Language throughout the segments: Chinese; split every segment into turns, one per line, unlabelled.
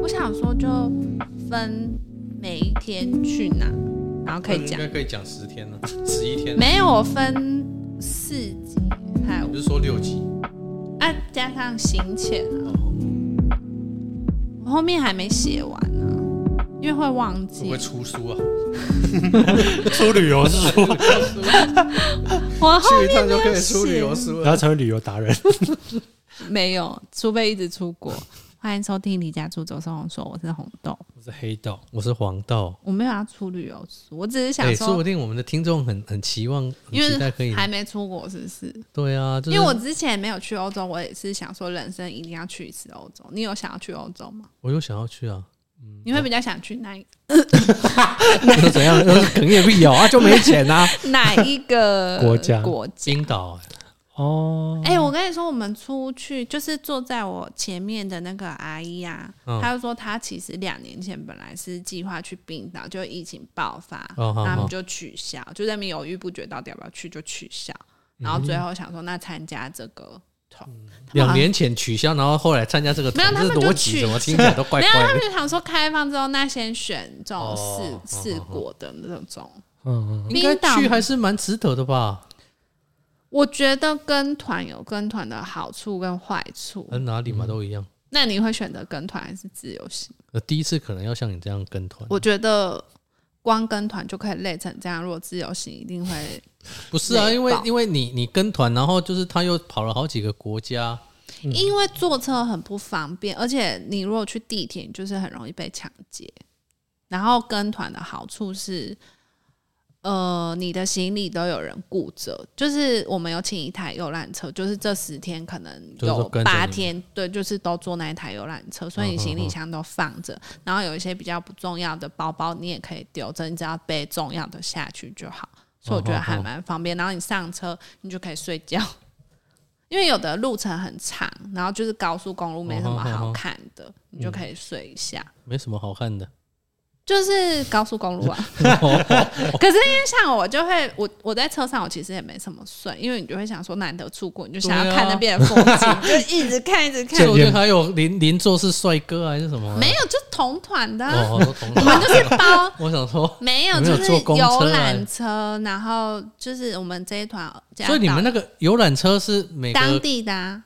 我想说就分每一天去哪，然后可以
应
讲。
该可以讲十天了，十一天，
没有分四级，还有
不是说六集，
啊加上行前，啊
哦，
我后面还没写完呢、因为会忘
会不
记
会。出书啊？
哦
出旅游书，
我后
去一
面没
趟就可
有
以出旅
写
游，书啊
然
了。
后成为旅游达 人。
没有，除非一直出国。欢迎收听《离家出走》，是红说，我是红豆，
我是黑道，我是黄道。
我没有要出旅游书，我只是想
哎，说
说
不，定我们的听众很很期望，很
因
期待可
为
以。
还没出国，是不是？
对啊，就是
因为我之前没有去欧洲，我也是想说人生一定要去一次欧洲。你有想要去欧洲吗？
我有想要去啊，
你会比较想去哪一
又 怎样？又是哽咽屁哦啊，就没钱啊。
哪一个
国家
国家？
冰岛哎
哦，
哎、我跟你说，我们出去就是坐在我前面的那个阿姨啊，
嗯
她就说她其实两年前本来是计划去冰岛，就疫情爆发，
哦
然后
好
他
好
们就取消，就在那边犹豫不决，到底要不要去就取消。
嗯
然后最后想说，那参加这个团，他们好
两
像
年前取消，然后后来参加这个团，
没有
这
他们就
逻辑
取
怎么听起来都怪
没有，
怪
他们
的。
就想说开放之后，那先选这种
哦
四四
好好好
国的那种。
嗯嗯，
冰
应该
岛
去还是蛮值得的吧？
我觉得跟团有跟团的好处跟坏处。
嗯，哪里嘛都一样。
那你会选择跟团还是自由行？
呃，第一次可能要像你这样跟团，
我觉得光跟团就可以累成这样，如果自由行一定会，
不是啊，
累
因为
爆
因为你你跟团，然后就是他又跑了好几个国家，
嗯因为坐车很不方便，而且你如果去地铁，你就是很容易被抢劫。然后跟团的好处是，呃，你的行李都有人顾着，就是我们有请一台游览车，就是这十天可能
就是
有
说跟着
八
你
天，对，就是都坐那一台游览车，所以你行李箱都放着，然后有一些比较不重要的包包你也可以丢着，你只要背重要的下去就好，所以我觉得
嗯
还蛮方便。然后你上车，你就可以睡觉。因为有的路程很长，然后就是高速公路没
哦
什么好看的，你
嗯
就可以睡一下。
没什么好看的。
就是高速公路 啊。可是因为像我就会，我我在车上我其实也没什么睡，因为你就会想说难得出国，你就想
对
要
啊
看那边的风景， 就一直看一直
所以
看。
我觉得还有邻邻座是帅哥还是什么啊？
没有，就同团的啊、
哦，我同
我们
事。
就是包。
我想说，
没有，
你们有
就是
坐公车
游
啊
览车，然后就是我们这一团加到，
所以你们那个游览车是每个
啊当地的啊，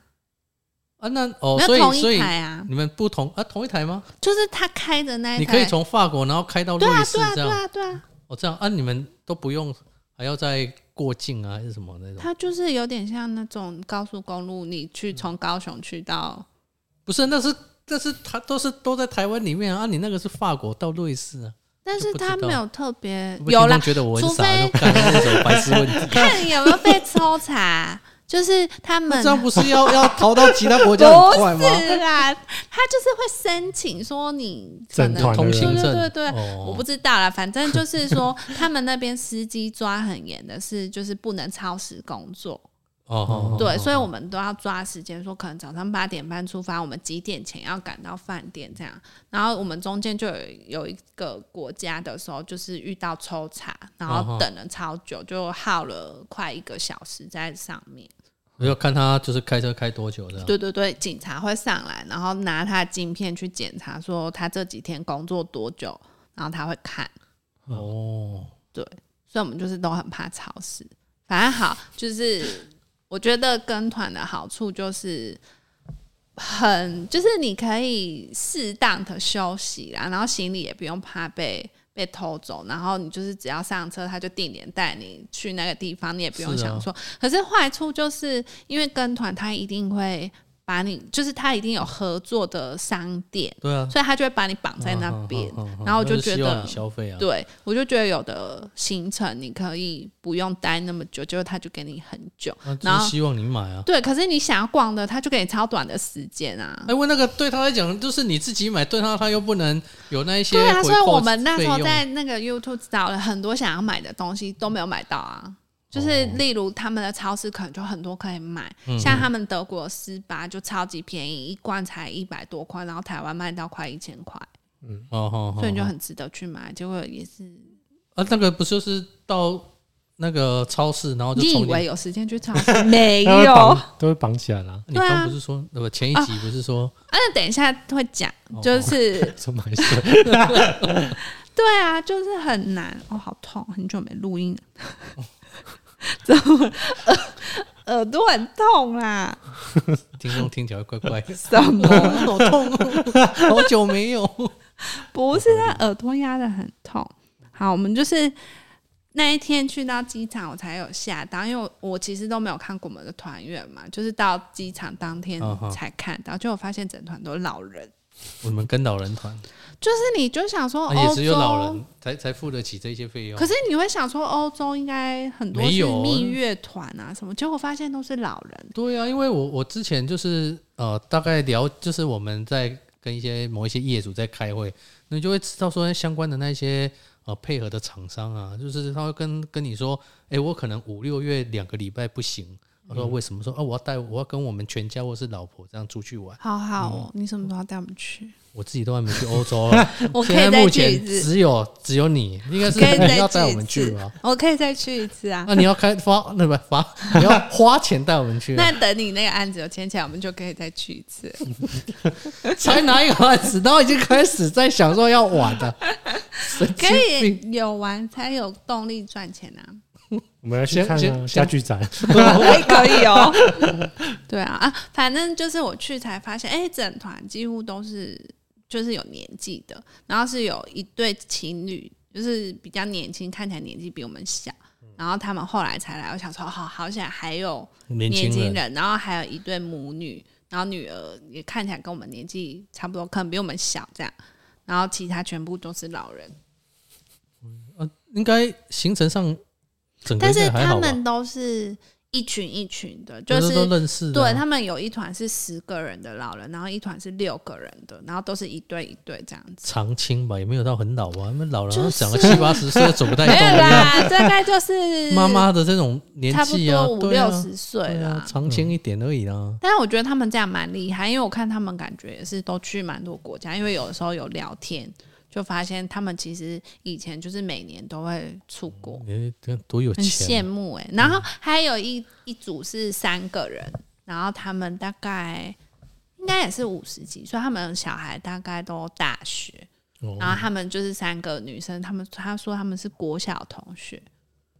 啊？那哦，
没
所
有同
以所
一
以
台啊，
你们不同啊？同一台吗？
就是他开的那一台，
你可以从法国然后开到
对啊
瑞士
对啊
这
对
样？
啊对啊，
哦，这样啊？你们都不用还要再过境啊还是什么那种？
它就是有点像那种高速公路，你去从高雄去到，
不是，那是那是他都是都在台湾里面啊，啊你那个是法国到瑞士啊，
但是
不知
它
道
没有特别
会不会
有
听
啦
众，觉得我很
除
傻，
非
就干那种白痴问题。
看你有没有被抽查，就是他们
那这样不是要要逃到其他国
不
家很快吗？
是啦，他就是会申请说你可
整
能
团的
通
人
行证，
对对对对
哦
我不知道啦，反正就是说他们那边司机抓很严的是，就是不能超时工作。
哦哦，哦
对，所以
哦
我们都要抓时间，说可能早上八点半出发，我们几点前要赶到饭店这样。然后我们中间就有有一个国家的时候，就是遇到抽查，然
哦
后
哦
等了超久，就耗了快一个小时在上面。
我要看他就是开车开多久这样。
对对对，警察会上来，然后拿他的镜片去检查，说他这几天工作多久，然后他会看。
哦，
对，所以我们就是都很怕潮湿。反正好，就是我觉得跟团的好处就是很，就是你可以适当的休息啦，然后行李也不用怕被被偷走，然后你就是只要上车，他就定点带你去那个地方，你也不用
是啊
想说。可是坏处就是因为跟团，他一定会。把你就是他一定有合作的商店，
对啊，
所以他就会把你绑在那
嗯嗯嗯
边
嗯嗯，
然后我
那
就是觉
希望
得
你消费啊，
对，我就觉得有的行程你可以不用待那么久，结果他就给你很久。
啊就
然
是
后
希望你买啊。
对，可是你想要逛的，他就给你超短的时间啊。
哎，问那个对他来讲，就是你自己买，对他他又不能有那一些
对啊，所以
回扣
我们那时候
费用
在那个 YouTube 找了很多想要买的东西都没有买到啊。就是
哦
例如他们的超市可能就很多可以买，
嗯
像他们德国的斯巴就超级便宜，一罐才一百多块，然后台湾卖到快一千块，
哦哦，哦
所以你就
哦
很值得去买。结果也是
啊，那个不就是到那个超市，然后就
你以
从你
为有时间去超 市？没
它会
有。啊，
绑，都会绑起来啦。
你
对啊
刚不是说，呃不，前一集不是 说，
那等一下会讲
哦，
就是
说买水，
对啊，就是很难哦，好痛，很久没录音了， 怎么呃耳耳朵很痛啦？
听众听起来怪怪的，
什么？
好痛哦， 好久没有。
不是，他耳朵压的很痛。好，我们就是那一天去到机场，我才有吓到，因为我我其实都没有看过我们的团员嘛，就是到机场当天
嗯哼
才看到，就我发现整团都是老人，
我们跟老人团，
就是你就想说
啊
欧
也只有老
洲
人。才才付得起这些费用。
可是你会想说，欧洲应该很多
没
是
有
蜜月团啊什么，结果发现都是老人。
对啊，因为我我之前就是呃，大概聊就是我们在跟一些某一些业主在开会，那你就会知道说相关的那些呃配合的厂商啊，就是他会跟跟你说，哎、我可能五六月两个礼拜不行。我说为什么说啊？我要带我要跟我们全家或是老婆这样出去玩，
好好哦，
嗯
你什么时候要带我们去？
我自己都还没去欧洲啊 了。
我可
嗯现
以
在
再
目
去一
前
次，
只有只有你，应该是
可以再
你要
去
带我
一
们
次
去吧？
我可以再去一次啊。
那你要开花那不花，你要花钱带我们去啊？
那等你那个案子有签起来，我们就可以再去一次。
嗯才哪一个案子，然后已经开始在想说要玩了，神 经
可
病！
以有玩才有动力赚钱啊！
我们要去看
先
啊
先
家 具展，
哎，可以哦。 对啊啊，反正就是我去才发现，哎、整团几乎都是就是有年纪的，然后是有一对情侣，就是比较年轻，看起来年纪比我们小。然后他们后来才来，我想说，好好险还有
年
年轻，人，然后还有一对母女，然后女儿也看起来跟我们年纪差不多，可能比我们小这样。然后其他全部都是老人，
应该行程上整个
但
应
是
该还
他
好吧？
们都是一群一群的，就
就是都认识的啊，
对他们有一团是十个人的老人，然后一团是六个人的，然后都是一对一对这样子。
长青吧，也没有到很老吧，啊他们老了
就是
好像长个七八十岁走不太
没
动
有
一样。
啦，大概 就是
妈妈的这种年
差不
纪啊，
多五
对啊
六十岁
对
啦
啊，。长青一点而已啦。
但是我觉得他们这样蛮厉害，因为我看他们感觉也是都去蛮多国家，因为有的时候有聊天，就发现他们其实以前就是每年都会出国，
哎，这多有
嗯很羡
钱！
慕哎、然后还有一一组是三个人，然后他们大概应该也是五十几岁，他们小孩大概都大学，
哦
然后他们就是三个女生，他们他说他们是国小同学，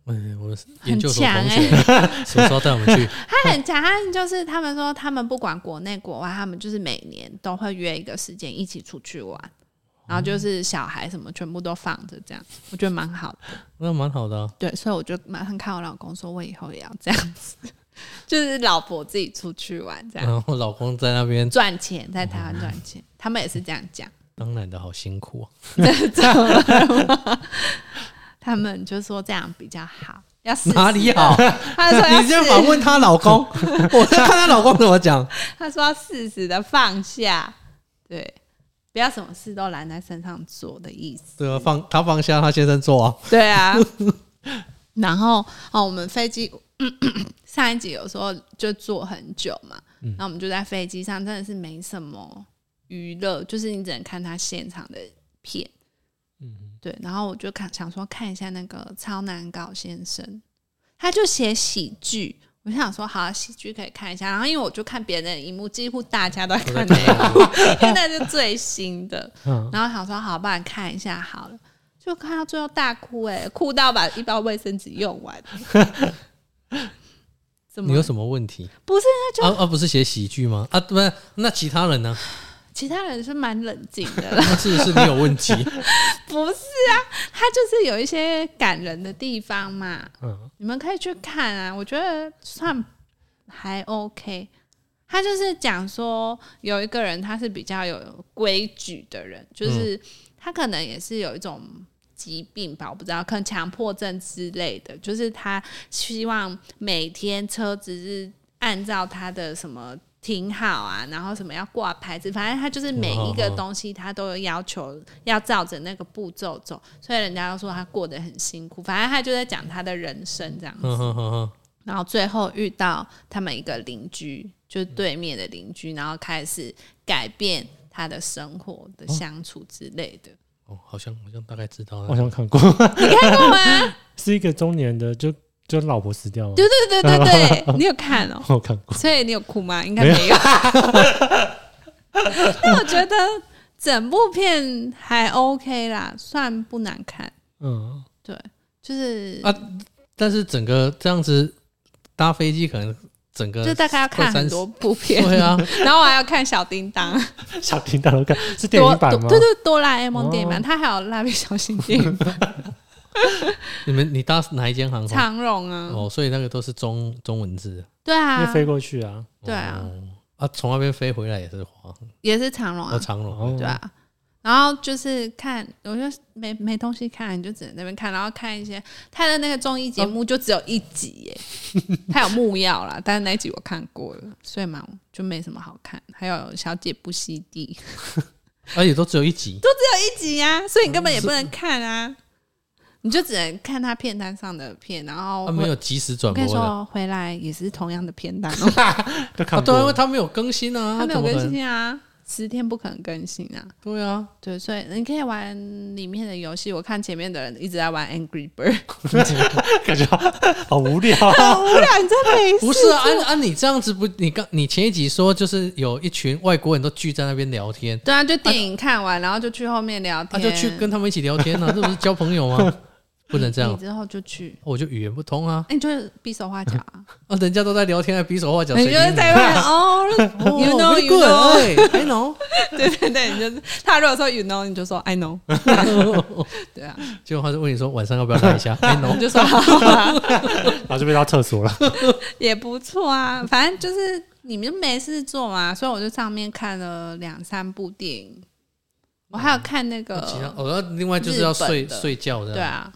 哎，我研
很
究所
强
同
哎、
学， 什么时候带我们 去？
他很强，他就是他们说他们不管国内国外，他们就是每年都会约一个时间一起出去玩。然后就是小孩什么全部都放着这样，我觉得蛮好的。
那蛮好的啊。
对，所以我就马上看我老公说，我以后也要这样子，就是老婆自己出去玩这样，
然后老公在那边，
赚钱在台湾赚钱，他们也是这样讲。
当然的好辛苦啊。
他们就说这样比较好，要试试
哪里好？
他说要
你这样反
试，
问她 老公，我在看她老公怎么讲。
他说要适时的放下，对，不要什么事都揽在身上做的意思。
对啊，放她放下她先生做啊。
对啊。 然后哦，我们飞机 上一集有说就坐很久嘛，然后我们就在飞机上真的是没什么娱乐，就是你只能看他现场的片。嗯，对。然后我就看想说看一下那个超难搞先生，他就写喜剧。我就想说，好、喜剧可以看一下。然后因为我就看别人的荧幕，几乎大家都在看那一幕， 因为那是最新的。
嗯，
然后想说好，不然看一下好了，就看到最后大哭、欸，哭到把一包卫生纸用 完。怎
你
么
有？什么问题？
不是，就
啊啊，不是写喜剧吗？啊，不是，那其他人呢？
其他人是蛮冷静的啦，
那是不是你有问题？
不是啊，他就是有一些感人的地方嘛，
嗯
你们可以去看啊，我觉得算还 OK。他就是讲说，有一个人他是比较有规矩的人，就是他可能也是有一种疾病吧，我不知道，可能强迫症之类的，就是他希望每天车子是按照他的什么。停好啊，然后什么要挂牌子，反正他就是每一个
嗯好好
东西他都有要求，要照着那个步骤走，所以人家都说他过得很辛苦。反正他就在讲他的人生这样子。
哼嗯哼哼哼
然后最后遇到他们一个邻居，就是对面的邻居，然后开始改变他的生活的相处之类的。
哦，好像好像大概知道
我好
了。
像看过，
你看过吗？
是一个中年的，就就老婆死掉了，
对对对对对，你有看 哦、
我看过，
所以你有哭吗？应该没有。但我觉得整部片还 OK 啦，算不难看。
嗯，
对，就是、
啊但是整个这样子搭飞机，可能整个
就大概要看
二呃三
很
十
多部片，
对啊，
然后我还要看小叮当，
想听到了看是 电
多
影版
多
吗？
对对哆啦 A 梦
哦
电影版，它还有蜡笔小新电 影版
你们你搭哪一间航空？
长荣啊，
哦，所以那个都是中中文字。
对
因
啊
为，飞过去啊，
对啊
哦，啊，从那边飞回来也是华
也是长荣
哦，
啊，
长荣。
哦
对啊。然后就是看，我就没没东西看，你就只能在那边看，然后看一些他的那个综艺节目，就只有一集 耶，他有木曜啦，但是那一集我看过了，所以嘛就没什么好看。还有小姐不吸地，
而啊且都只有一集，
一集啊，所以你根本也不能看
哦
啊，你就只能看他片单上的片，然后
他
回
啊没有及时转
我
播
跟你
的，
说，回来也是同样的片 单哦，
都
啊，
看
对啊，因
过
哦
为
了，
他没有更新啊，
他没有
怎么可
更
能，
新啊，十天不可能更新啊。
对啊，
对，所以你可以玩里面的游戏。我看前面的人一直在玩 Angry Bird，
感觉好好无 聊，
很无聊，你真没事。
不是啊，按按你这样子不，你刚你前一集说就是有一群外国人都聚在那边聊天，
对啊，就电影看完，然后就去后面聊
他
天，
就去跟他们一起聊天 啊，这不是交朋友吗？不能这
你
样，
之后就去，
我就语言不通啊，
哎你就是比手画脚 啊，
啊，人家都在聊天，还比手画脚，
你
谁
就
理啊
是在那边 哦 ，you know you know，
哎 I know，
对对对，你就是他如果说 you know，你就说 I know，对啊，
结果他就问你说晚上要不要来一下？I
你
know，
就说好啊，
然后就被到厕 所了，
也不错啊，反正就是你们就没事做嘛，所以我就上面看了两三部电影，我还有看那个，
其他哦，那另外就是要
日
睡
本的
睡觉这
对
样，
啊，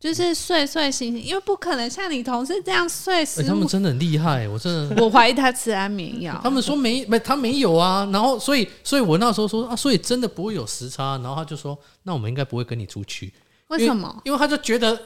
就是睡睡醒醒，因为不可能像你同事这样睡
哎，
十
他
五
们真的很厉害，我真的。
我怀疑他吃安眠药。
他们说没没，他没有啊。然后，所以，所以我那时候说啊，所以真的不会有时差。然后他就说，那我们应该不会跟你出去，
为什么？
因为他就觉得，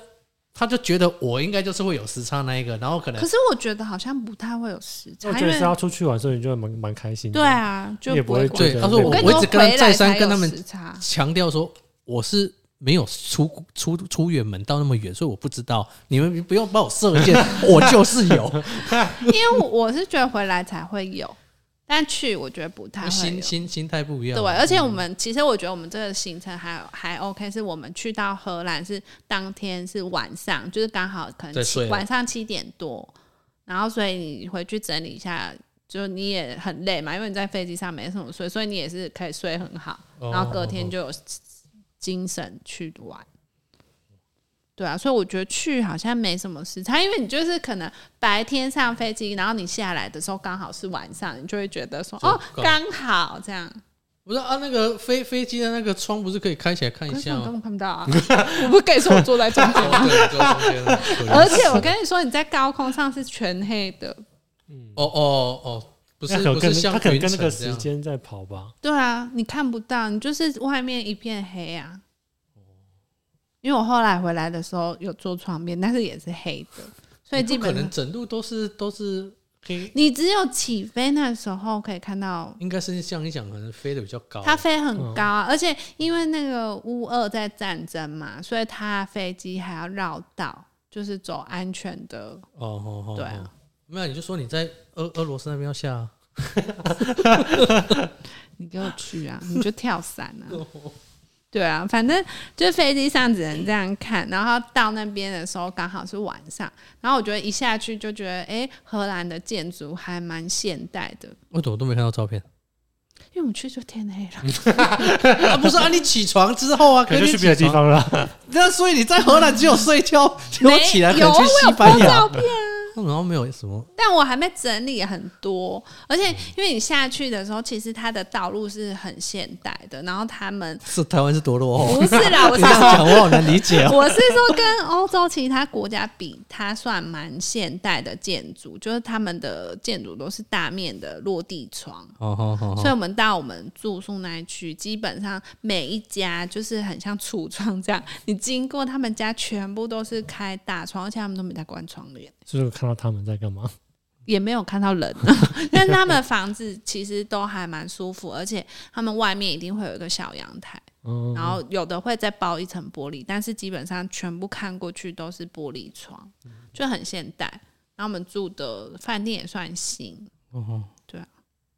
他就觉得我应该就是会有时差那一个。然后可能
可是我觉得好像不太会有时差，
我觉
因
得是要
为
出去玩，所以你就蛮蛮开心的，
对啊，就
你也不会
管
觉得
对他说我
我跟你
我一
说
直跟
回
他
来才
再三跟他
有
们
时差，
强调说我是没有出出出远门到那么远，所以我不知道。你们不用帮我设 限，我就是有。
因为我我是觉得回来才会有，但去我觉得不太会有
心。心心态不一样。嗯
对，啊而且我们其实我觉得我们这个行程还还 OK，是我们去到荷兰是当天是晚上，就是刚好可能
在
七
睡了
晚上七点多，然后所以你回去整理一下，就你也很累嘛，因为你在飞机上没什么睡，所以你也是可以睡很好，
哦
然后隔天就有精神去玩。对啊，所以我觉得去好像没什么时差，因为你就是可能白天上飞机，然后你下来的时候刚好是晚上，你就会觉得说
就
哦，
刚
刚好这样。
不是啊，那个飞飞机的那个窗不是可以开起来看一
可是
下
我根
吗？
本看不到啊！我不是跟你说我坐在中间 吗？
哦对就中间了可能
而且我跟你说，你在高空上是全黑的。
哦哦哦，不是
那可能
不是
跟
像
他可能
云
跟那
层
个
这
时
样，
间在跑吧，
对啊，你看不到，你就是外面一片黑啊。因为我后来回来的时候有坐窗边，但是也是黑的，所以基
不可
本
能
上
整路都是都是黑，
你只有起飞那时候可以看到
应该是像你讲，可能飞的比较高。
它飞很高
嗯
啊，而且因为那个乌俄在战争嘛，所以它飞机还要绕道，就是走安全的。
哦哦哦，
对啊
哦，没有你就说你在俄俄罗斯那边要下啊，
你给我去 啊！你就跳伞啊！对啊，反正就飞机上只能这样看，然后到那边的时候刚好是晚上，然后我觉得一下去就觉得，哎、荷兰的建筑还蛮现代的，
我怎么都没看到照片？
因为我们去就天黑 了，
啊，不是啊，你起床之后啊，
可能
跟
就
你
去别的
起
地
床。
方了，
那所以你在荷兰只有睡觉， 结果起来可
有
能
啊我
去西
有拍
班牙
照，片啊，
然后没有什么
但我还没整理很多，而且因为你下去的时候，其实它的道路是很现代的，然后他们
是台湾是多落后。
不是啦，我
你
是
这样
说
讲我好难理解哦。
我是说，跟欧洲其他国家比，它算蛮现代的建筑，就是他们的建筑都是大面的落地窗。
哦
好好好
所以，我们到我们住宿那一区，基本上每一家就是很像橱窗这样。你经过他们家，全部都是开大窗，而且他们都没在关窗帘，
就是看到他们在干嘛，
也没有看到人。啊 但是他们房子其实都还蛮舒服，而且他们外面一定会有一个小阳台，
嗯，
然后有的会再包一层玻璃，但是基本上全部看过去都是玻璃窗，就很现代。然后我们住的饭店也算新，
哦，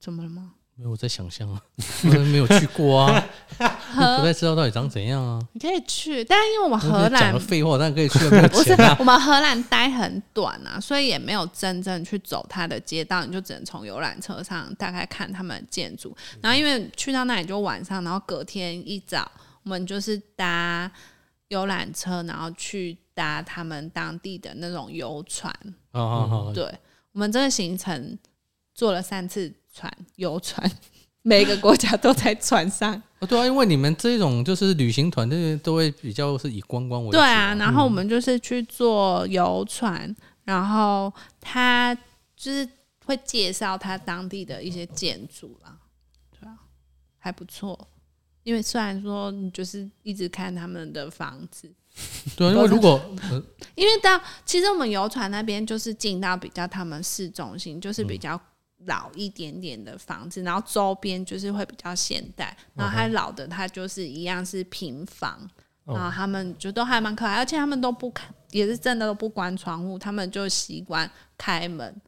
怎么了吗？
没有我在想象啊， 我没有去过啊， 不
荷
太知道到底长怎样啊。
你可以去，但因为我们
我
荷
讲
兰
了废话，但可以去啊，没有
不是
钱 啊。
我们荷兰待很短啊，所以也没有真正去走它的街道，你就只能从游览车上大概看他们的建筑。然后因为去到那里就晚上，然后隔天一早我们就是搭游览车，然后去搭他们当地的那种游船。
好哦好好，
对我们这个行程坐了三次船，游船， 每个国家都在船上。
哦对啊，因为你们这种就是旅行团队都会比较是以观光为主
对啊，，然后我们就是去坐游船，然后他就是会介绍他当地的一些建筑啦，对啊，还不错。因为虽然说你就是一直看他们的房子，
对啊，因为如果呃
因为到其实我们游船那边就是进到比较他们市中心，就是比
嗯
较老一点点的房子，然后周边就是会比较现代，然后
嗯
它老的它就是一样是平房，
哦
然后他们就都还蛮可爱，而且他们都不开，也是真的都不关窗户，他们就习惯开门，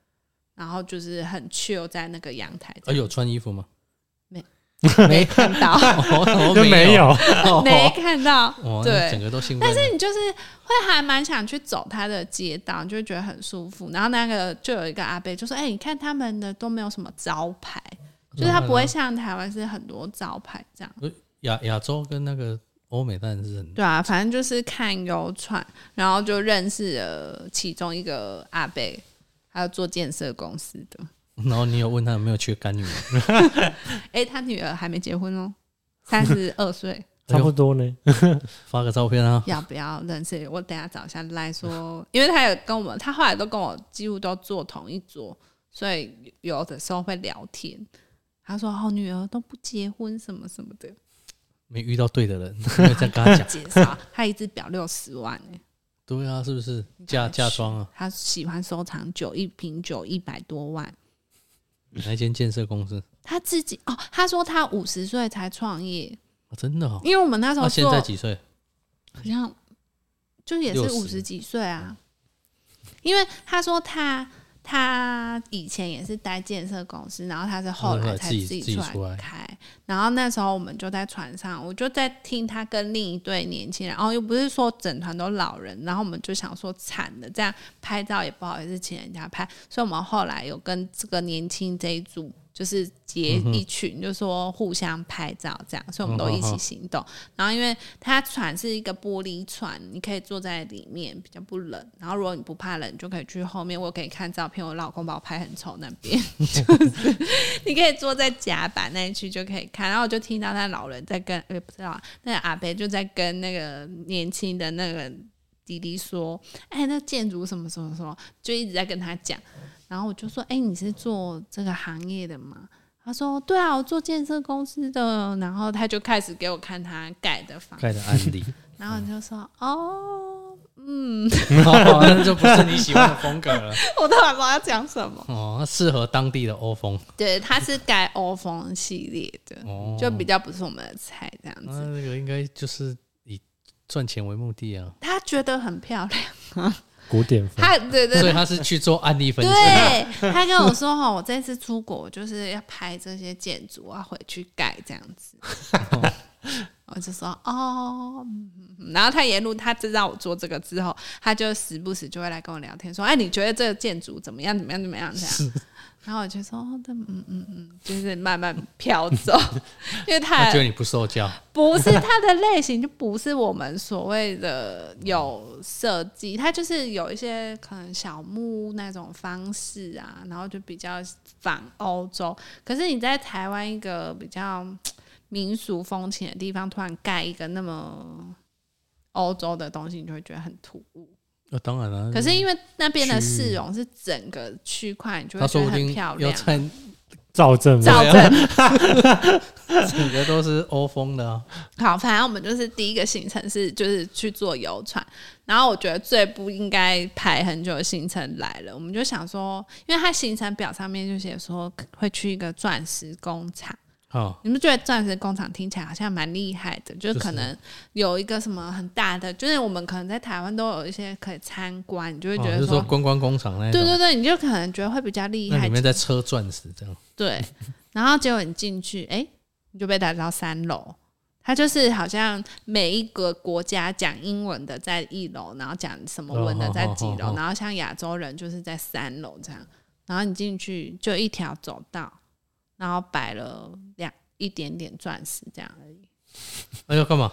然后就是很 chill 在那个阳台这
呃
样，
有穿衣服吗？
没看到，
哦，我
就没有，
哦
没看到，
哦，那
对
整个都兴奋了。
但你就是会还蛮想去走他的街道，你就会觉得很舒服。然后那个就有一个阿伯就说：“哎、你看他们的都没有什么招牌，就是他不会像台湾是很多招牌这样。
亚亚洲跟那个欧美当然是很”
对啊，反正就是看游船，然后就认识了其中一个阿伯，还有做建设公司的。
然后你有问他有没有缺干女儿？
哎、他女儿还没结婚哦，三十二岁，
差不多呢。
发个照片 啊，
要不要认识？我等一下找一下来 说，因为他也跟我们，他后来都跟我几乎都坐同一桌，所以有的时候会聊天。他说：“哦，女儿都不结婚什么什么 的。
没遇到对的人， 没有再跟 他”讲。
介绍他一只表六十万、欸，
对啊，是不是嫁嫁妆啊？
他喜欢收藏酒，一瓶酒一百多万。
哪一间建设公司？
他自己哦，他说他五十岁才创业，
啊真的哦。
因为我们那时候
他现
做
在几岁？
好像就也是
60
五十几岁啊。因为他说他他以前也是待建设公司，然后他是后来才
后来哦自己
己
自己出来
来开。然后那时候我们就在船上，我就在听他跟另一对年轻人，然、后又不是说整团都老人，然后我们就想说惨了，这样拍照也不好意思请人家拍，所以我们后来有跟这个年轻这一组。就是结一群，就说互相拍照这样，所以我们都一起行动。然后因为它船是一个玻璃船，你可以坐在里面，比较不冷。然后如果你不怕冷，你就可以去后面。我给你看照片，我老公把我拍很丑那边，就是 你可以坐在甲板那一区就可以看。然后我就听到那老人在跟，呃，不知道那个阿伯就在跟那个年轻的那个弟弟说：“哎，那建筑什么什么什么，就一直在跟他讲。”然后我就说：“哎，你是做这个行业的吗？”他说：“对啊，我做建设公司的。”然后他就开始给我看他盖的房子
盖的案 例，
然后你就说、哦，
哦那就不是你喜欢的风格了。
我都然不知道要讲什么。
哦，那适合当地的欧风。
对，它是盖欧风系列的，
哦，
就比较不是我们的菜这样
那
子。
那个应该就是以赚钱为目的啊，
他觉得很漂亮，
古典 风，
他对对
所
对。
以他是去做案例分析。
对他跟我说：“哦，我这次出国就是要拍这些建筑，我要回去盖这样 子。”我就说：“哦。嗯”嗯然后他沿路他知道我做这个之后，他就时不时就会来跟我聊天，说：“哎，你觉得这个建筑怎么样？怎么样？怎么样？”这样。然后我就说，哦，对嗯嗯嗯，就是慢慢飘 走，因为他
他觉得你不受教，
不是他的类型，就不是我们所谓的有设计，他就是有一些可能小木屋那种方式啊，然后就比较仿欧洲。可是你在台湾一个比较嘖民俗风情的地方，突然盖一个那么欧洲的东西，你就会觉得很突兀。
那哦当然啊了。
可是因为那边的市
区
容是整个区块，你就
他
会觉
说
得
不
很
定
漂
要
亮。
在
赵正嘛，
照
对啊
正
整个都是欧风的啊。
好，反正我们就是第一个行程是就是去坐游船，然后我觉得最不应该排很久的行程来了，我们就想说，因为它行程表上面就写说会去一个钻石工厂，
好，
你们觉得钻石工厂听起来好像蛮厉害的，就是可能有一个什么很大的，就是我们可能在台湾都有一些可以参观，你就会觉
哦
得
就是
说，
说观光工厂那一
对
种，
对对，你就可能觉得会比较厉
那
害
里。面在车钻石这样，
对， 然后结果你进去，哎、你就被带到三楼。它就是好像每一个国家讲英文的在一楼，然后讲什么文的在几
哦哦哦
楼，
哦
然后像亚洲人就是在三楼这样。然后你进去就一条走道，然后摆了两一点点钻石这样而已。
那要哎干嘛？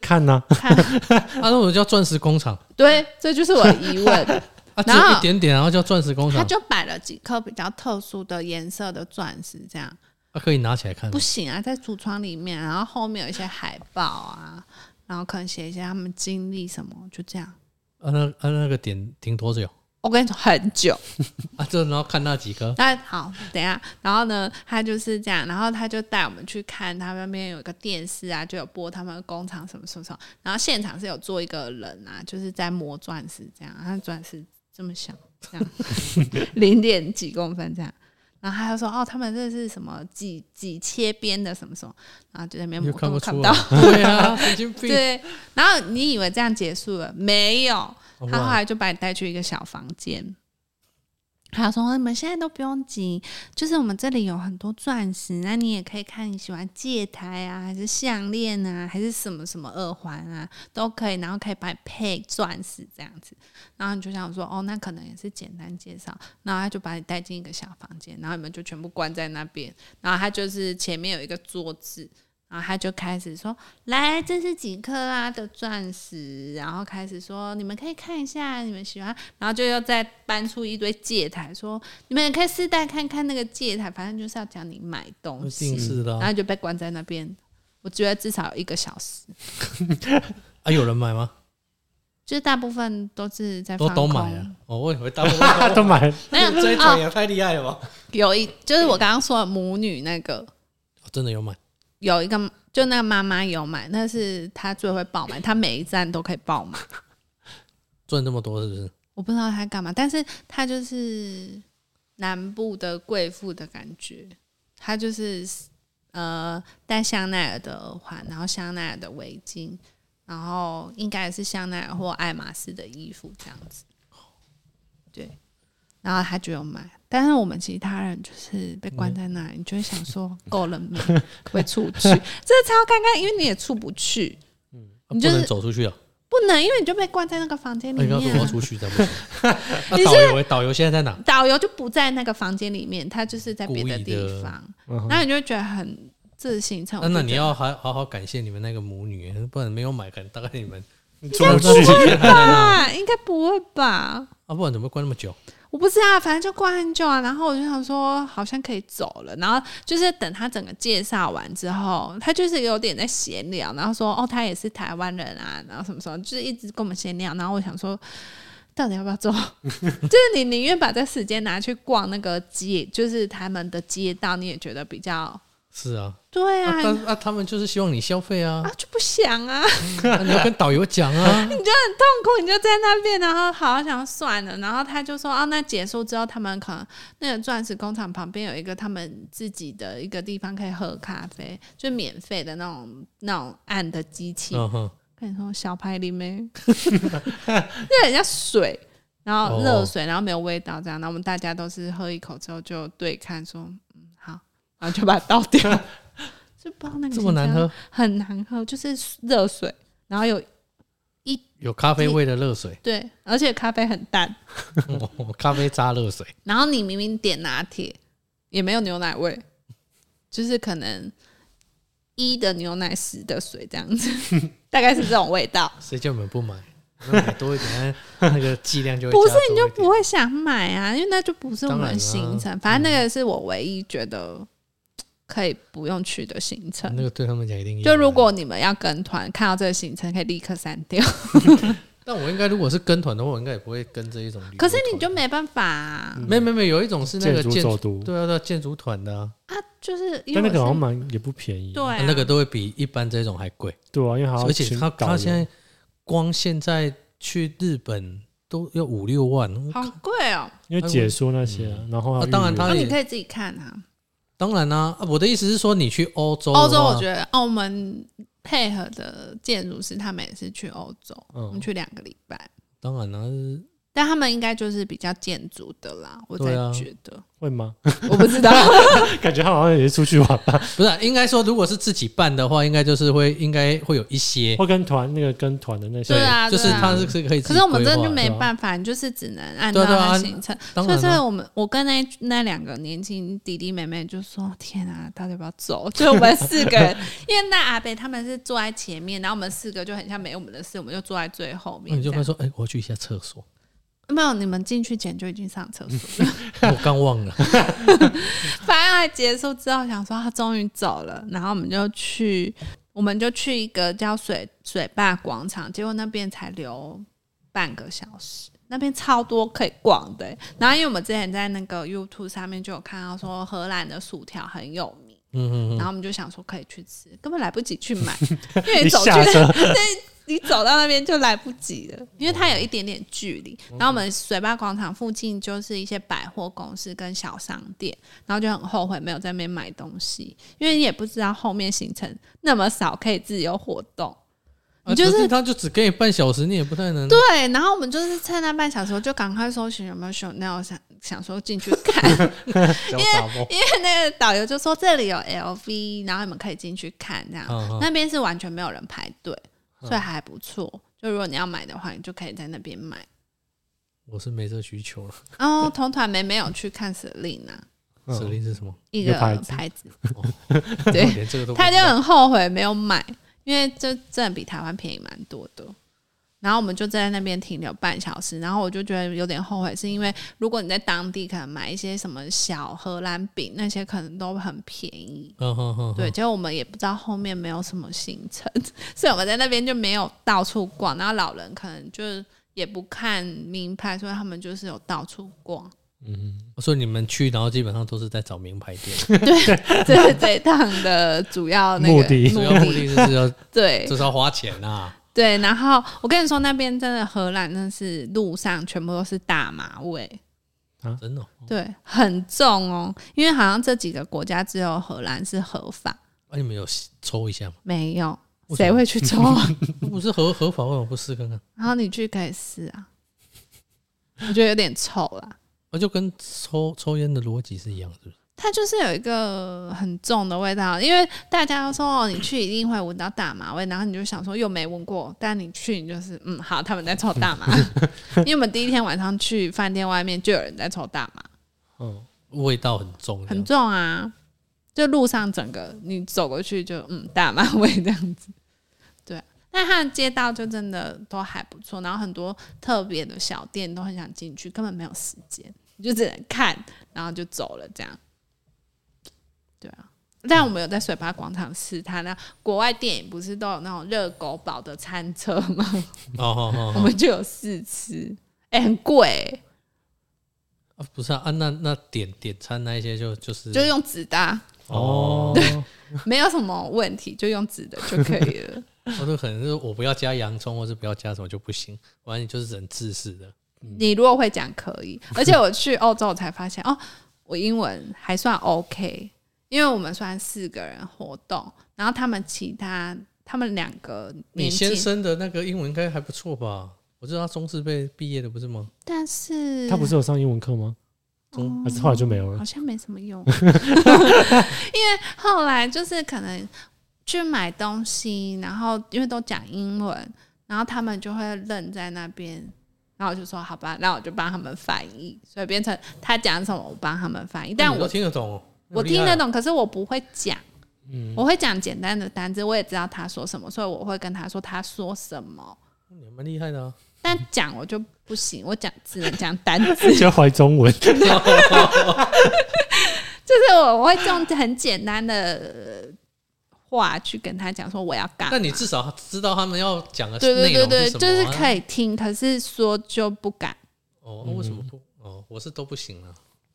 看 呐、
看，
啊，那我叫钻石工厂，
对，这就是我的疑 问。
啊，只
然后
有一点点，然后叫钻石工
他
厂，
就摆了几颗比较特殊的颜色的钻石，这样
啊，可以拿起来看吗
不。行啊，在橱窗里面，然后后面有一些海报啊，然后可能写一些他们经历什么，就这样。
啊，那啊那个点停多久？
我跟你说很久，
啊，这然后看那几个，
那好，等一下，然后呢，他就是这样，然后他就带我们去看他们那边有一个电视啊，就有播他们的工厂什么什么什么，然后现场是有做一个人啊，就是在磨钻石这样，他钻石这么小，这样零点几公分这样。然后他就说：“哦，他们这是什么几几切边的什么什么，然后就在那边
你
磨
就
嗯
看
根本
不
看不
出来
到。。
对啊，神经病。
对，然后你以为这样结束了？没有，
哇
他后来就把你带去一个小房间。他说：“你们现在都不用急，就是我们这里有很多钻石，那你也可以看你喜欢戒台啊，还是项链啊，还是什么什么耳环啊，都可以。然后可以帮你配钻石这样子。然后你就想说，哦，那可能也是简单介绍。然后他就把你带进一个小房间，然后你们就全部关在那边。然后他就是前面有一个桌子，然后他就开始说：“来，这是几克拉的钻石？”然后开始说：“你们可以看一下，你们喜欢。”然后就又再搬出一堆戒台，说：“你们也可以试戴看看那个戒台，反正就是要讲你买东
一
西
定。是的
然
啊
后你就被关在那边，我觉得至少有一个小时，
啊，有人买吗？
就是大部分都是在
都
放
都
空
买啊！哦，我以为大部
啊，
分
都买了
没有
都这一
哦
团也太厉害了吧？
有一就是我刚刚说的母女那个，
哦真的有买，
有一个就那个妈妈有买，那是她最会爆买，她每一站都可以爆买。
赚这么多是不是？
我不知道她干嘛，但是她就是南部的贵妇的感觉，她就是呃戴香奈儿的耳环，然后香奈儿的围巾，然后应该也是香奈儿或爱马仕的衣服这样子。对，然后她就有买。但是我们其他人就是被关在那里，你就会想说够了没？ 会出去，这超尴尬，因为你也出不去，
啊
你
不
就是
能走出去啊！
不能，因为你就被关在那个房间
那
里
哎你要怎
面、
么
啊。
出去才不 行？那
你是
导游欸，导游现在在哪？
导游就不在那个房间里面，他就是在别
故意
的
的
地方，
嗯哼
然后你就会觉得很自行车。
啊那你要还好好感谢你们那个母女，不然没有买，可能大概你们
出不去，
吧？ 应该不会吧？
啊，不然怎么关那么久？
我不知道，反正就关很久啊。然后我就想说，好像可以走了。然后就是等他整个介绍完之后，他就是有点在闲聊，然后说哦，他也是台湾人啊，然后什么什么，就是一直跟我们闲聊。然后我想说， 到底要不要走？就是你宁愿把这时间拿去逛那个街，就是他们的街道，你也觉得比较
是啊，
对
啊
啊。
但啊，他们就是希望你消费啊
啊，，就不想啊，
啊你要跟导游讲啊，
你就很痛苦，你就在那边，然后好好想算了，然后他就说，哦，那结束之后，他们可能那个钻石工厂旁边有一个他们自己的一个地方可以喝咖啡，就免费的那种那种按的机器，
嗯哼，
跟你说小牌里 面，就很像水，然后热
哦
水，然后没有味道这样，然后我们大家都是喝一口之后就对看说，嗯，好，然后就把它倒 掉，就不知道那个
这么难
香蕉
喝，
很难喝，就是热水，然后有
有咖啡味的热水，
对，而且咖啡很淡，
哦咖啡渣热 水，
然后你明明点拿铁，也没有牛奶味，就是可能一的牛奶，十的水这样子，大概是这种味道。
谁叫你们不买？那买多一点，那个剂量就会
不是
加多一
你就
点
不会想买啊，因为那就不是我
当
们
然
的
啦
行程。反正那个是我唯一觉得可以不用去的行程。
那个对他们讲一定要
就
的
如果你们要跟团，看到这个行程可以立刻删掉。
但我应该如果是跟团的话，我应该也不会跟这一种旅游团。
可是你就没办法啊，
没没没，有一种是那个
建筑
建
走读，
对啊对啊建筑团的啊，
啊就是因为
但那
我
个好像
是
蛮也不便宜，
对、啊
那个都会比一般这种还贵，
对啊，因为还要
而且
请
他
导
他
游
现在光现在去日本都要五六万，
好贵哦、哦
因为解说那些啊，然后还
啊
有
当然
预约
他
那、
也
你可以自己看啊。
当然啦、啊我的意思是说，你去欧洲的啊话，
欧洲我觉得澳门配合的建筑师他们也是去欧洲，
嗯
我们去两个礼拜，
当然啦、啊
但他们应该就是比较建筑的啦，我才
对啊
觉得，
会吗？
我不知道，
感觉他好像也是出去玩吧，
不是啊、应该说，如果是自己办的话，应该就是会应该会有一些，
或跟团那个跟团的那些
对啊
就是
对啊
它是是可以自己规划的。
可是我们真的就没
对啊
办法，你就是只能按
对
照
啊对啊
它行程。
当
所以，
然
所
啦、
以我们我跟那那两个年轻弟弟妹妹就说：“天啊，到底要不要走？” 就我们四个 人，因为那阿北他们是坐在前面，然后我们四个就很像没我们的事，我们就坐在最后
那
面
你就
这
会
样。
说，哎、我去一下厕所，
没有，你们进去前就已经上厕所了。
我刚忘了。
反正还结束之后，想说他终于走了，然后我们就去，我们就去一个叫水水坝广场，结果那边才留半个小时，那边超多可以逛的欸、然后因为我们之前在那个 YouTube 上面就有看到说荷兰的薯条很有名，
嗯嗯
然
嗯，
后我们就想说可以去吃，根本来不及去买，因为
一
你走去
下车
你走到那边就来不及了，因为它有一点点距离。然后我们水坝广场附近就是一些百货公司跟小商店，然后就很后悔没有在那边买东西，因为你也不知道后面行程那么少可以自由活动。你
啊
哦就
可
是
是他就只给你半小时，你也不太能。
对，然后我们就是趁那半小时，我就赶快搜寻有没有 Chanel，想想说进去看，
小傻猫
因为那个导游就说这里有 LV，然后你们可以进去看这样。
嗯嗯
那边是完全没有人排队，所以还不错。就如果你要买的话，你就可以在那边买。
我是没这需求了。
哦，同团没没有去看 Selina
嗯
指令是什么？
一
一个
个
牌子
牌 子，
我
对，
连这个都不
他
知
就
道
很后悔没有买，因为就真的比台湾便宜蛮多的。然后我们就在那边停留半小时，然后我就觉得有点后悔，是因为如果你在当地可能买一些什么小荷兰饼那些，可能都很便宜。
嗯哼哼，
对，
哼，
结果我们也不知道后面没有什么行程， 所以我们在那边就没有到处逛。然后老人可能就是也不看名牌，所以他们就是有到处逛。
所以你们去，然后基本上都是在找名牌店，
这是这一趟的主要那个
目的
主要目的就是要
对
就是要花钱啊。
对，然后我跟你说，那边真的荷兰，真的是路上全部都是大麻味，
真的哦、
对，很重哦。因为好像这几个国家只有荷兰是合法，
那、啊你们有抽一下吗？
没有
为什么
谁会去抽 啊？
不是合合法，为什么不试看看？
然后你去可以试啊，我觉得有点臭啦。
啊，就跟抽抽烟的逻辑是一样，是不是？
它就是有一个很重的味道，因为大家都说哦，你去一定会闻到大麻味，然后你就想说又没闻过，但你去你就是嗯好，他们在抽大麻， 因为我们第一天晚上去饭店外面就有人在抽大麻，
嗯，
味道很重，这
很
样
重啊，就路上整个你走过去就嗯大麻味这样子， 对啊，但它的街道就真的都还不错，然后很多特别的小店都很想进去，根本没有时间，你就只能看，然后就走了这样，对啊。但我们有在水坝广场吃它那国外电影不是都有那种热狗堡的餐车吗？
哦哦哦
我
哦
们就有试吃，哎、很贵、
啊，不是啊，啊那那点点餐那一些就就是
就是用纸的啊，
哦
哦，，
没有什么问题，就用纸的就可以了。
我哦就可能是我不要加洋葱，或是不要加什么就不行，完全就是人自私的。
你如果会讲可以，而且我去欧洲我才发现哦，我英文还算 OK，因为我们算四个人活动，然后他们其他他们两个
你
年
先
纪，
生的那个英文应该还不错吧？我知道他中四被毕业的不是吗？
但是
他不是有上英文课吗？
中
还是后来就没有了
好？像没什么用，因为后来就是可能去买东西，然后因为都讲英文，然后他们就会愣在那边，然后我就说好吧，那我就帮他们翻译，所以变成他讲什么我帮他们翻译，但
你都
我
听得懂哦，
我
那厉害
听得
啊。
懂，可是我不会讲。
嗯
我会讲简单的单字，我也知道他说什么，所以我会跟他说他说什 么。
你蛮厉害的啊！
但讲我就不行，我讲只能讲单字，
就怀中文，
就是我我会用很简单的呃话去跟他讲说我要干嘛。
但你至少知道他们要讲的
对对
内
对
容
对，
什么啊，
就是可以听，可是说就不敢。
哦，
嗯
为什么不？哦，我是都不行了。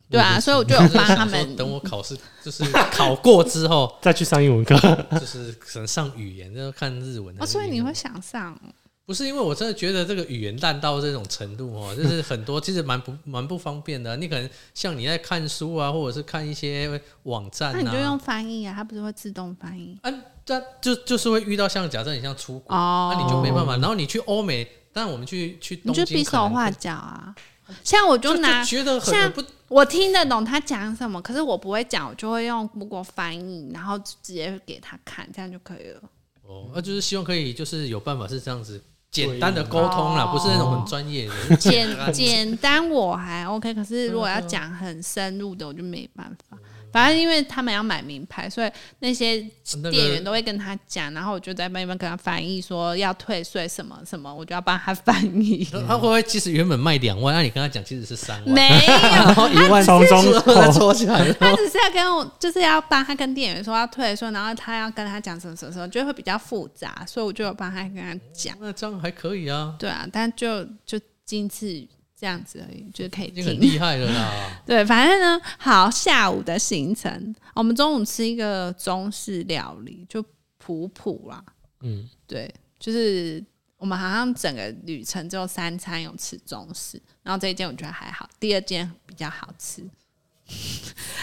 对啊，所以我就有帮他
我想
们
说 等我考试，就是考过之后，
再去上英文课，
就是可能上语言，就看日文。
哦，所以你会想上哦，
不是因为我真的觉得这个语言烂到这种程度 哦，就是很多其实蛮不蛮不方便的。你可能像你在看书啊，或者是看一些网站
那你就
啊，
用翻译啊，它不是会自动翻译
啊，这就就是会遇到像假设你像出国，那、
哦？
啊你就没办法。然后你去欧美，但我们去去
你
东
就
京，
比手画脚啊。像我
可能就
拿
就觉得很
像
不
我听得懂他讲什么，可是我不会讲，我就会用 Google 翻译，然后直接给他看，这样就可以了。
哦，那就是希望可以就是有办法是这样子简单的沟通啦，
哦
不是那种很专业的。
简简单我还 OK，可是如果要讲很深入的，我就没办法。反正因为他们要买名牌，所以那些
那
店员
个
都会跟他讲，然后我就在那边跟他翻译说要退税什么什么，我就要帮他翻 译。
他会不会其实原本卖两万，那你跟他讲其实是三万，
没有，
一万从中
然后再抽起来，
他只是要跟我，就是要帮他跟店员说要退税，然后他要跟他讲什么什么什么，就会比较复杂，所以我就有帮他跟他讲。
那这样还可以啊，
对啊，但就就今次这样子而已，就可以
已经很
听。
厉害了啦。
对，反正呢，好，下午的行程，我们中午吃一个中式料理，就普普啦。
嗯，
对，就是我们好像整个旅程只有三餐有吃中式，然后这一间我觉得还好，第二间比较好吃。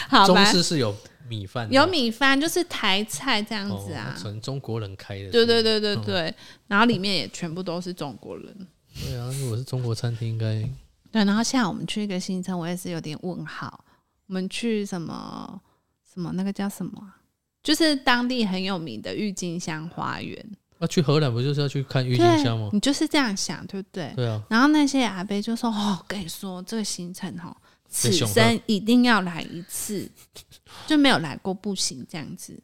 好，
中
吧。
式是有米饭的，
有米饭，就是台菜这样子
哦
啊
那。纯中国人开的，
对对对
嗯
对对，然后里面也全部都是中国人。
对啊，如果是中国餐厅，应该
对，然后下午我们去一个行程，我也是有点问号。我们去什么什么那个叫什么啊、就是当地很有名的郁金香花园。
那去荷兰不就是要去看郁
郁
金香吗？
你就是这样想，对不对？
对啊，
然后那些阿伯就说：“哦，我跟你说这个行程哦，此
熊的
生一定要来一次，就没有来过不行。”这样子，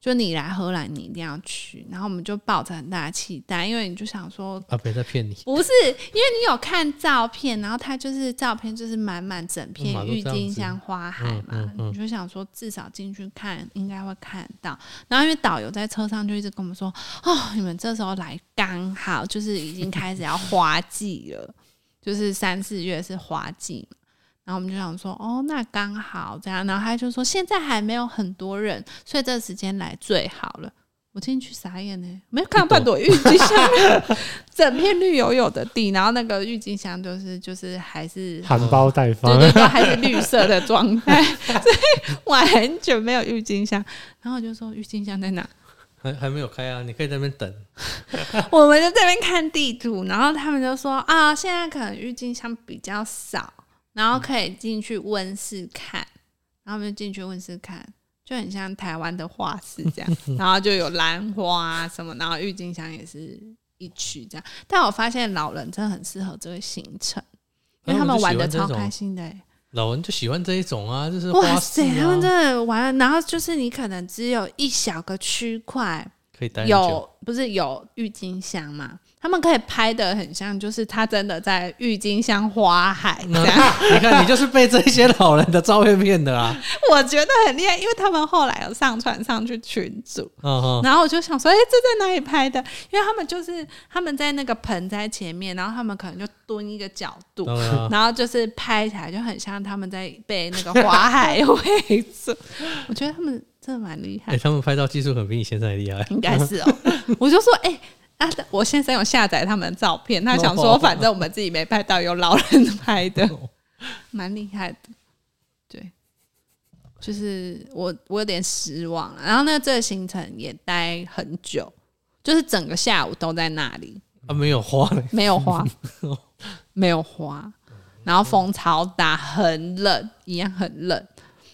就你来荷兰，你一定要去。然后我们就抱着很大的期待，因为你就想说。
阿北在骗你，
不是，因为你有看照片，然后它就是照片就是满满整片
嗯嘛都
郁
这样
金
子
香花海嘛，
嗯嗯嗯
你就想说至少进去看应该会看到。然后因为导游在车上就一直跟我们说，哦，你们这时候来刚好就是已经开始要花季了，就是三四月是花季嘛。然后我们就想说，哦，那刚好这样。然后他就说，现在还没有很多人，所以这时间来最好了。我进去傻眼呢、没有看到半朵郁金香，啊 整片绿油油的地，然后那个郁金香就是就是还是
含苞待
对
放，
对对，还是绿色的状态， 所以完全没有郁金香。然后我就说郁金香在哪？
还还没有开啊，你可以在那边等。
我们就这边看地图，然后他们就说啊，现在可能郁金香比较少，然后可以进去温室看，然后我们就进去温室看，就很像台湾的画室这 样，然后就有兰花、啊、什么，然后郁金香也是一区这样。但我发现老人真的很适合这个行程，因为他们玩的超开心的、欸。
老人就喜欢这一种啊，就是
哇
花式
塞，
啊
他们真的玩，然后就是你可能只有一小个区块，
可以待很久，
有不是有郁金香嘛？他们可以拍的很像，就是他真的在郁金香花海这样，
你看，你就是被这些老人的照片骗的啊！
我觉得很厉害，因为他们后来有上传上去群组，
嗯嗯，
然后我就想说，哎、这在哪里拍的？因为他们就是他们在那个盆栽前面，然后他们可能就蹲一个角度，
当然啊，
然后就是拍起来就很像他们在被那个花海围住，我觉得他们真的蛮厉害
哎，他们拍照技术可比你现在厉害。
应该 是哦。我就说，哎、啊，我先生有下载他们的照片， 他想说，
哦
反正我们自己没拍到，有老人拍的
哦，
蛮厉害的。对，就是我我有点失望了。然后呢，这个行程也待很久，就是整个下午都在那里，
啊，没有花嘞，
没有 花，没有花，然后风超大，很冷，一样很冷。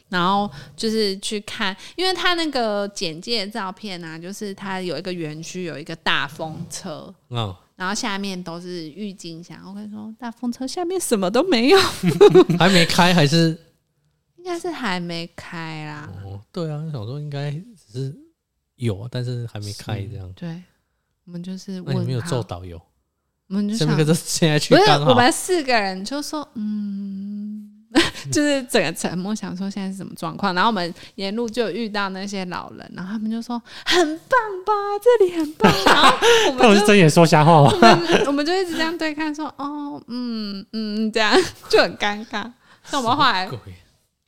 然后就是去看，因为他那个简介照片啊，就是他有一个园区有一个大风车，
嗯，
然后下面都是郁金香。我跟你说，大风车下面什么都没有，
还没开，还是
应该是还没开啦。
哦，对啊，想说应该只是有，啊但是还没开这样。
对，我们就是
那你没有
问
做
号，
导游，
我们就
这
想
个是现在去
不是
刚，
我
好。
们四个人就说，嗯， 就是整个沉默，想说现在是什么状况。然后我们沿路就有遇到那些老人，然后他们就说很棒吧，这里很棒。然后我
到底
们
是
就。
睁眼说瞎话吗？
我们我们就一直这样对嗯 看说，哦，嗯嗯，这样就很尴尬。那我们后来
鬼，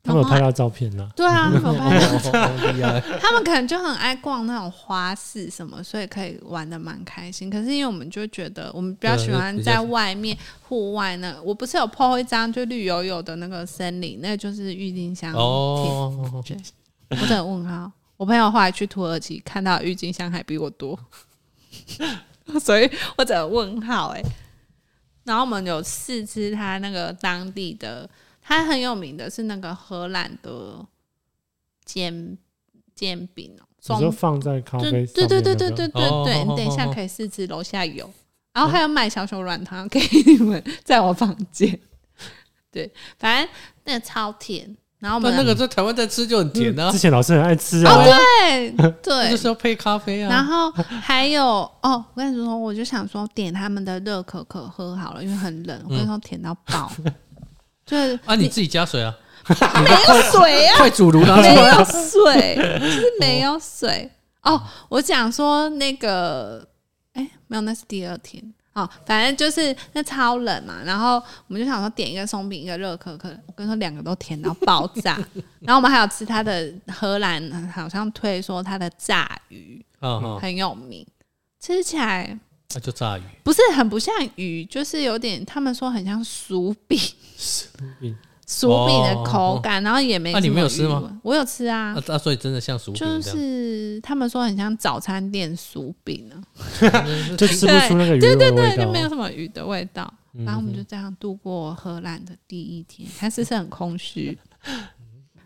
他们有拍到照片啦。
对啊，他们有拍到
哦厉害，
他们可能就很爱逛那种花市什么，所以可以玩的蛮开心。可是因为我们就觉得我们比较喜欢在外面户外呢，我不是有 po 一张就绿油油的那个森林，那个就是郁金香田。
哦，
对，我真的问号。我朋友后来去土耳其看到郁金香还比我多， 所以我只能问号哎、然后我们有试吃他那个当地的，他很有名的是那个荷兰的煎煎饼哦、
你说放在咖
对
啡
对对对对对对
哦
对，
哦
你等一下
哦
可以试吃，楼下有。然后还有卖小熊软糖给你们， 在我房间。对，反正那个超甜。然后我们
但哦那个在台湾在吃
嗯
就很甜啊
之，前老师很爱吃啊，
哦对
那就
对，
是要配咖啡
然
啊。
后还有哦，我跟你说，我就想说点他们的热可可喝好了，因为很冷。我跟你说甜到 爆，就是
嗯啊，你自己加水啊，
没有水啊，
快煮炉拿出
没
来 啊
有水，就是没有水。哦，我讲说那个，哎、没有，那是第二天。哦，反正就是那超冷嘛，然后我们就想说点一个松饼，一个热可可。我跟你说，两个都甜到爆 炸。然后我们还有吃它的荷兰，好像推说它的炸鱼
啊！啊
很有名，吃起来
那就炸鱼，
不是很不像鱼，就是有点他们说很像薯饼，
饼
薯饼的口感，
哦
然后也没
那啊你
什么
没有吃
鱼
吗
味？我有吃啊
啊，啊所以真的像薯饼
就
这 样
是他们说很像早餐店薯饼啊，
嗯，
就吃不出那个鱼
对
肉
对
的
对，
味
就没有
道。
什么鱼的味道。然后我们就这样度过荷兰的第一天，还是是很空虚。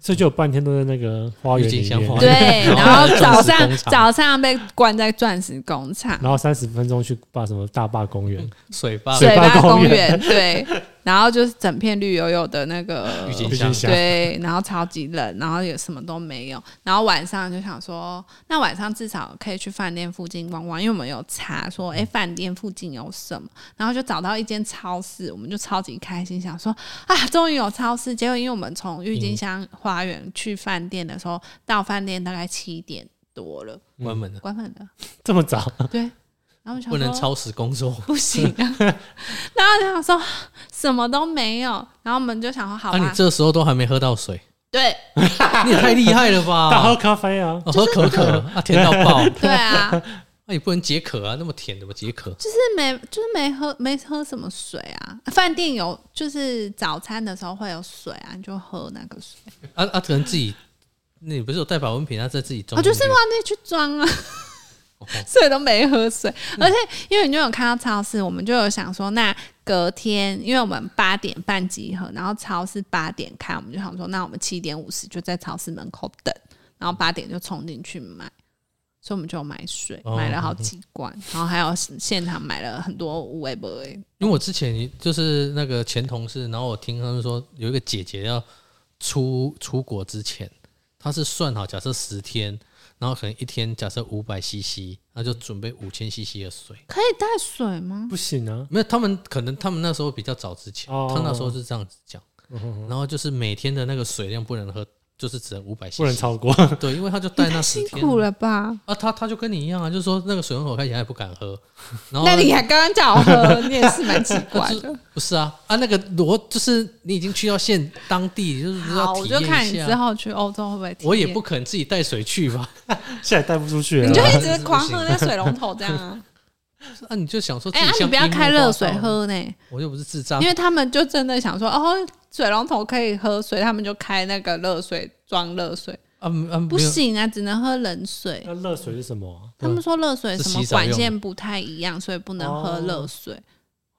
所以就有半天都在那个花园
郁
里
金香花
面，
园
对，
哦 然
然
后
后早
钻石
上
工厂
早上被关在钻石工厂、
然后三十分钟去把什么大坝公园，
嗯
水吧，
水坝
坝
公
园，对，然后就是整片绿油油的那 个
郁
郁
金
金
香，
香
对，然后超级冷，然后也什么都没有，然后晚上就想说，那晚上至少可以去饭店附近逛逛，因为我们有查说，
嗯
哎，饭店附近有什么，然后就找到一间超市，我们就超级开心，想说啊，终于有超市。结果因为我们从郁金香花园去饭店的时候，到饭店大概七点多 了，
关门了，
关门了，
这么早，
对，然后嗯我想
不能
说
超时工作。
不行 啊，然后就想说什么都没有，然后我们就想说好
啊，你
吧，
这时候都还没喝到水，
对。
你也太厉害了
大喝
吧！
咖啡啊，
哦喝可可啊，甜到爆，
对啊，
那也不能解渴啊，那么甜怎么解渴？
就是没，就是没喝，没喝什么水啊。饭店有，就是早餐的时候会有水啊，你就喝那个水。
啊啊，可能自己，那你不是有带保温瓶，他在自己
我、
装进
哦就
去。
是忘记去装啊， 所以都没喝水。而且因为你就有看到超市，我们就有想说，那隔天，因为我们八点半集合，然后超市八点开，我们就想说，那我们七点五十就在超市门口等，然后八点就冲进去买。所以我们就有买水，
哦
买了好几罐，然后还有现场买了很多五味博
因为我之前就是那个前同事，然后我听他们说有一个姐姐要出出国之前，她是算好假设十天，然后可能一天假设五百 CC，那就准备五千 CC 的水。
可以带水吗？
不行啊，
没有，他们可能他们那时候比较早之前，
哦
他那时候是这样子讲，然后就是每天的那个水量不能喝，就是只能五百 CC，
不能超过。
对，因为他就
你
带
太
那十
辛
天
苦了吧？
啊，他他就跟你一样啊，就是说那个水龙头开起来也不敢喝， 然后
那你还刚刚叫我喝， 你也是蛮奇怪的。
不是啊啊那个罗就是你已经去到现当地，就是
好，
要
我
体
就
验
看
一
你
下
之后去欧洲会不会体验。
我也不可能自己带水去吧？
现在带不出去了
你就
啊。
一直狂喝那水龙头这样啊！
啊，你就想说自
哎、
己
啊，你
像
不要
樱木
开热
花
水
道，啊
喝呢，
我又不是智障
因。为他们就真的想说，哦，水龙头可以喝水，他们就开那个热水装热水，
啊嗯啊，没有呃
不行啊，只能喝冷水。
那热水是什么啊？
他们说热水
是
什么
洗澡
管
用的
线不太一样，所以不能喝热水。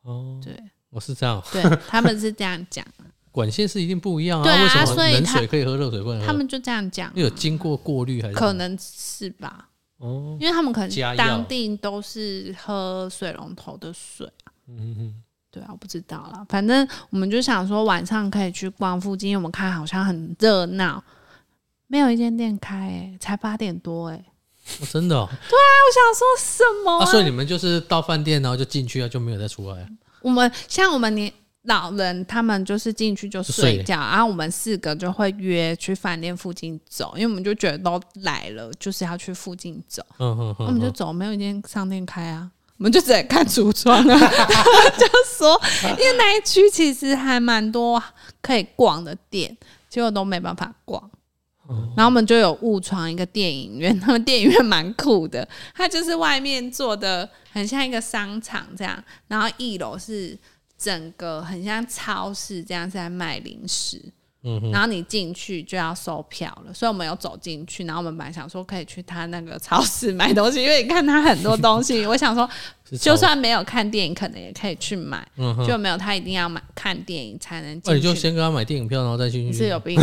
哦，
对
我是这样，
对，他们是这样 讲，
管线是一定不一样
对啊
为什么
所以
冷
他
水可以喝，热水不能喝？
他们就这样讲，啊
呃有经过过滤还是
可能是吧。
哦，
因为他们可
加
能
药
当地都是喝水龙头的水，
嗯嗯
对啊，我不知道啦。反正我们就想说晚上可以去逛附近，因为我们看好像很热闹，没有一间店开、欸，才八点多、欸，哎，
哦真的
我
哦
想说什么、
啊，所以你们就是到饭店然后就进去啊，就没有再出来啊。
我们像我们年老人，他们就是进去就
就睡
睡觉，然后我们四个就会约去饭店附近走，因为我们就觉得都来了，就是要去附近走。
嗯哼
那
哼，
我们就走，没有一间商店开啊，我们就只能看橱窗啊。 就说，因为那一区其实还蛮多可以逛的店，结果都没办法逛。
哦
然后我们就有误闯一个电影院，他们电影院蛮酷的，它就是外面做的很像一个商场这样，然后一楼是整个很像超市这样是在卖零食，
嗯哼，
然后你进去就要收票了，所以我们有走进去，然后我们本来想说可以去他那个超市买东西，因为你看他很多东西，我 想说
是
就
超
算没有看电影，可能也可以去买，
嗯哼，
就没有他一定要买看电影才能进
那哦你
去。
就先跟他买电影票，然后再进
你
去。
是有 病，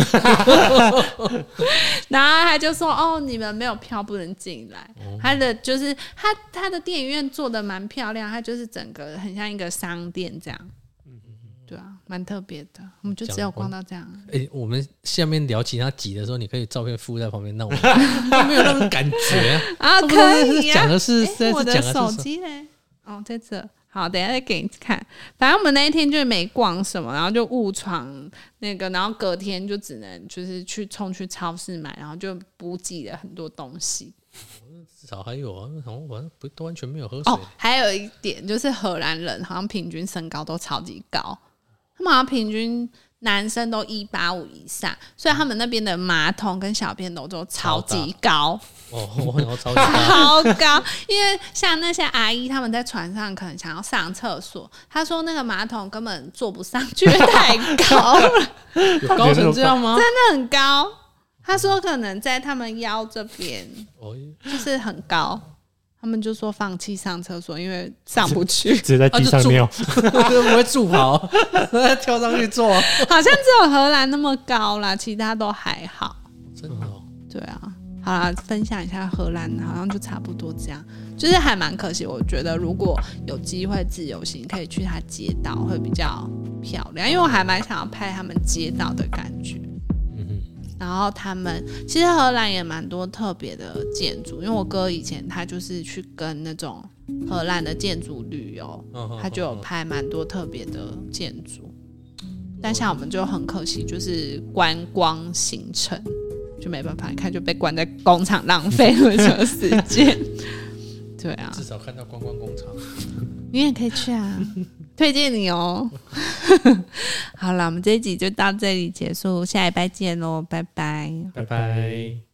然后他就说：“哦，你们没有票不能进来。
哦
他的就是他他的电影院做的蛮漂亮，他就是整个很像一个商店这样，
嗯
对啊，蛮特别的。我们就只有逛到这样，
哎、我们下面聊其他集的时候，你可以照片附在旁边，那我都没有那种感觉、啊。
啊，
他不
可
是
以呀、
讲的是，
诶
现在
我
是
的
讲的
手
是什么
机嘞，哦，在这。好，等一下再给你看。反正我们那一天就没逛什么，然后就误闯那个，然后隔天就只能就是去冲去超市买，然后就补给了很多东西。
至少还有啊，好像完不都完全没有喝水。
哦，还有一点就是荷兰人好像平均身高都超级高，他们好像平均男生都一八五以上，所以他们那边的马桶跟小便斗都超级高，
哦，我然后超级大，
超高。因为像那些阿姨他们在船上可能想要上厕所，他说那个马桶根本坐不上去，太高了，
有高成这样吗？
真的很高。他说可能在他们腰这边
哦，
就是很高，他们就说放弃上厕所，因为上不去。
直接在
啊
地
就
哦
上
住
尿，
不会助跑， 跳上去坐、
好像只有荷兰那么高啦，其他都还好。
真的、哦。
对啊，好啦，分享一下荷兰，好像就差不多这样，就是还蛮可惜。我觉得如果有机会自由行，可以去它街道会比较漂亮，因为我还蛮想要拍他们街道的感觉。
嗯哼，
然后他们其实荷兰也蛮多特别的建筑，因为我哥以前他就是去跟那种荷兰的建筑旅游，
嗯哼
他就有
嗯
拍蛮多特别的建筑，但像我们就很可惜，就是观光行程就没办法，你看就被关在工厂浪费了什么时间。 对啊
哼，至少看到观光工厂。
你也可以去啊，推荐你哦。 好了，我们这一集就到这里结束，下礼拜见喽，拜拜。
拜拜。